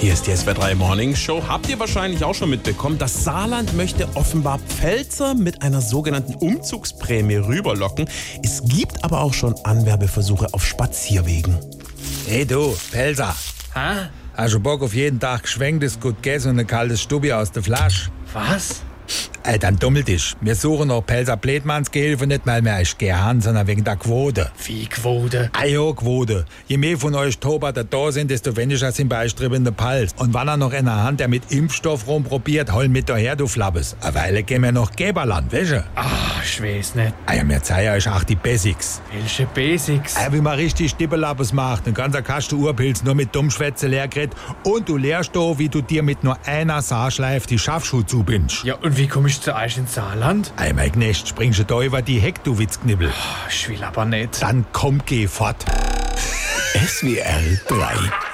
Hier ist die SW3 Morning Show. Habt ihr wahrscheinlich auch schon mitbekommen, das Saarland möchte offenbar Pfälzer mit einer sogenannten Umzugsprämie rüberlocken. Es gibt aber auch schon Anwerbeversuche auf Spazierwegen. Hey du, Pelzer, Hä? hast du Bock auf jeden Tag geschwenktes Gut Gäse und ein kaltes Stubbi aus der Flasche? Was? Ey, dann dummel dich. Wir suchen noch Pelzer Bledmanns Gehilfe nicht mal mehr als Gehan, sondern wegen der Quote. Wie Quote? Ajo, Quote. Je mehr von euch Tobater da sind, desto weniger sind beistriebende Pals. Und wann er noch in der Hand, der mit Impfstoff rumprobiert, hol mit daher, du Flappes. Eine Weile gehen wir noch Geberland, wäsche. Ah, ich weiß nicht. Ey, wir zeigen euch auch die Basics. Welche Basics? Ja, wie man richtig Dippelappes macht. Ein ganzer Kasten Urpilz nur mit Dummschwätze leer kriegt. Und du lehrst doch, wie du dir mit nur einer Saarschleife die Schafschuhe zubindst. Ja, und wie komme ich zu euch ins Saarland? Ei, mein Knecht, springst du da über die Heck, du Witzknibbel. Ah, Ich will aber nicht. Dann komm, geh fort. SWR 3.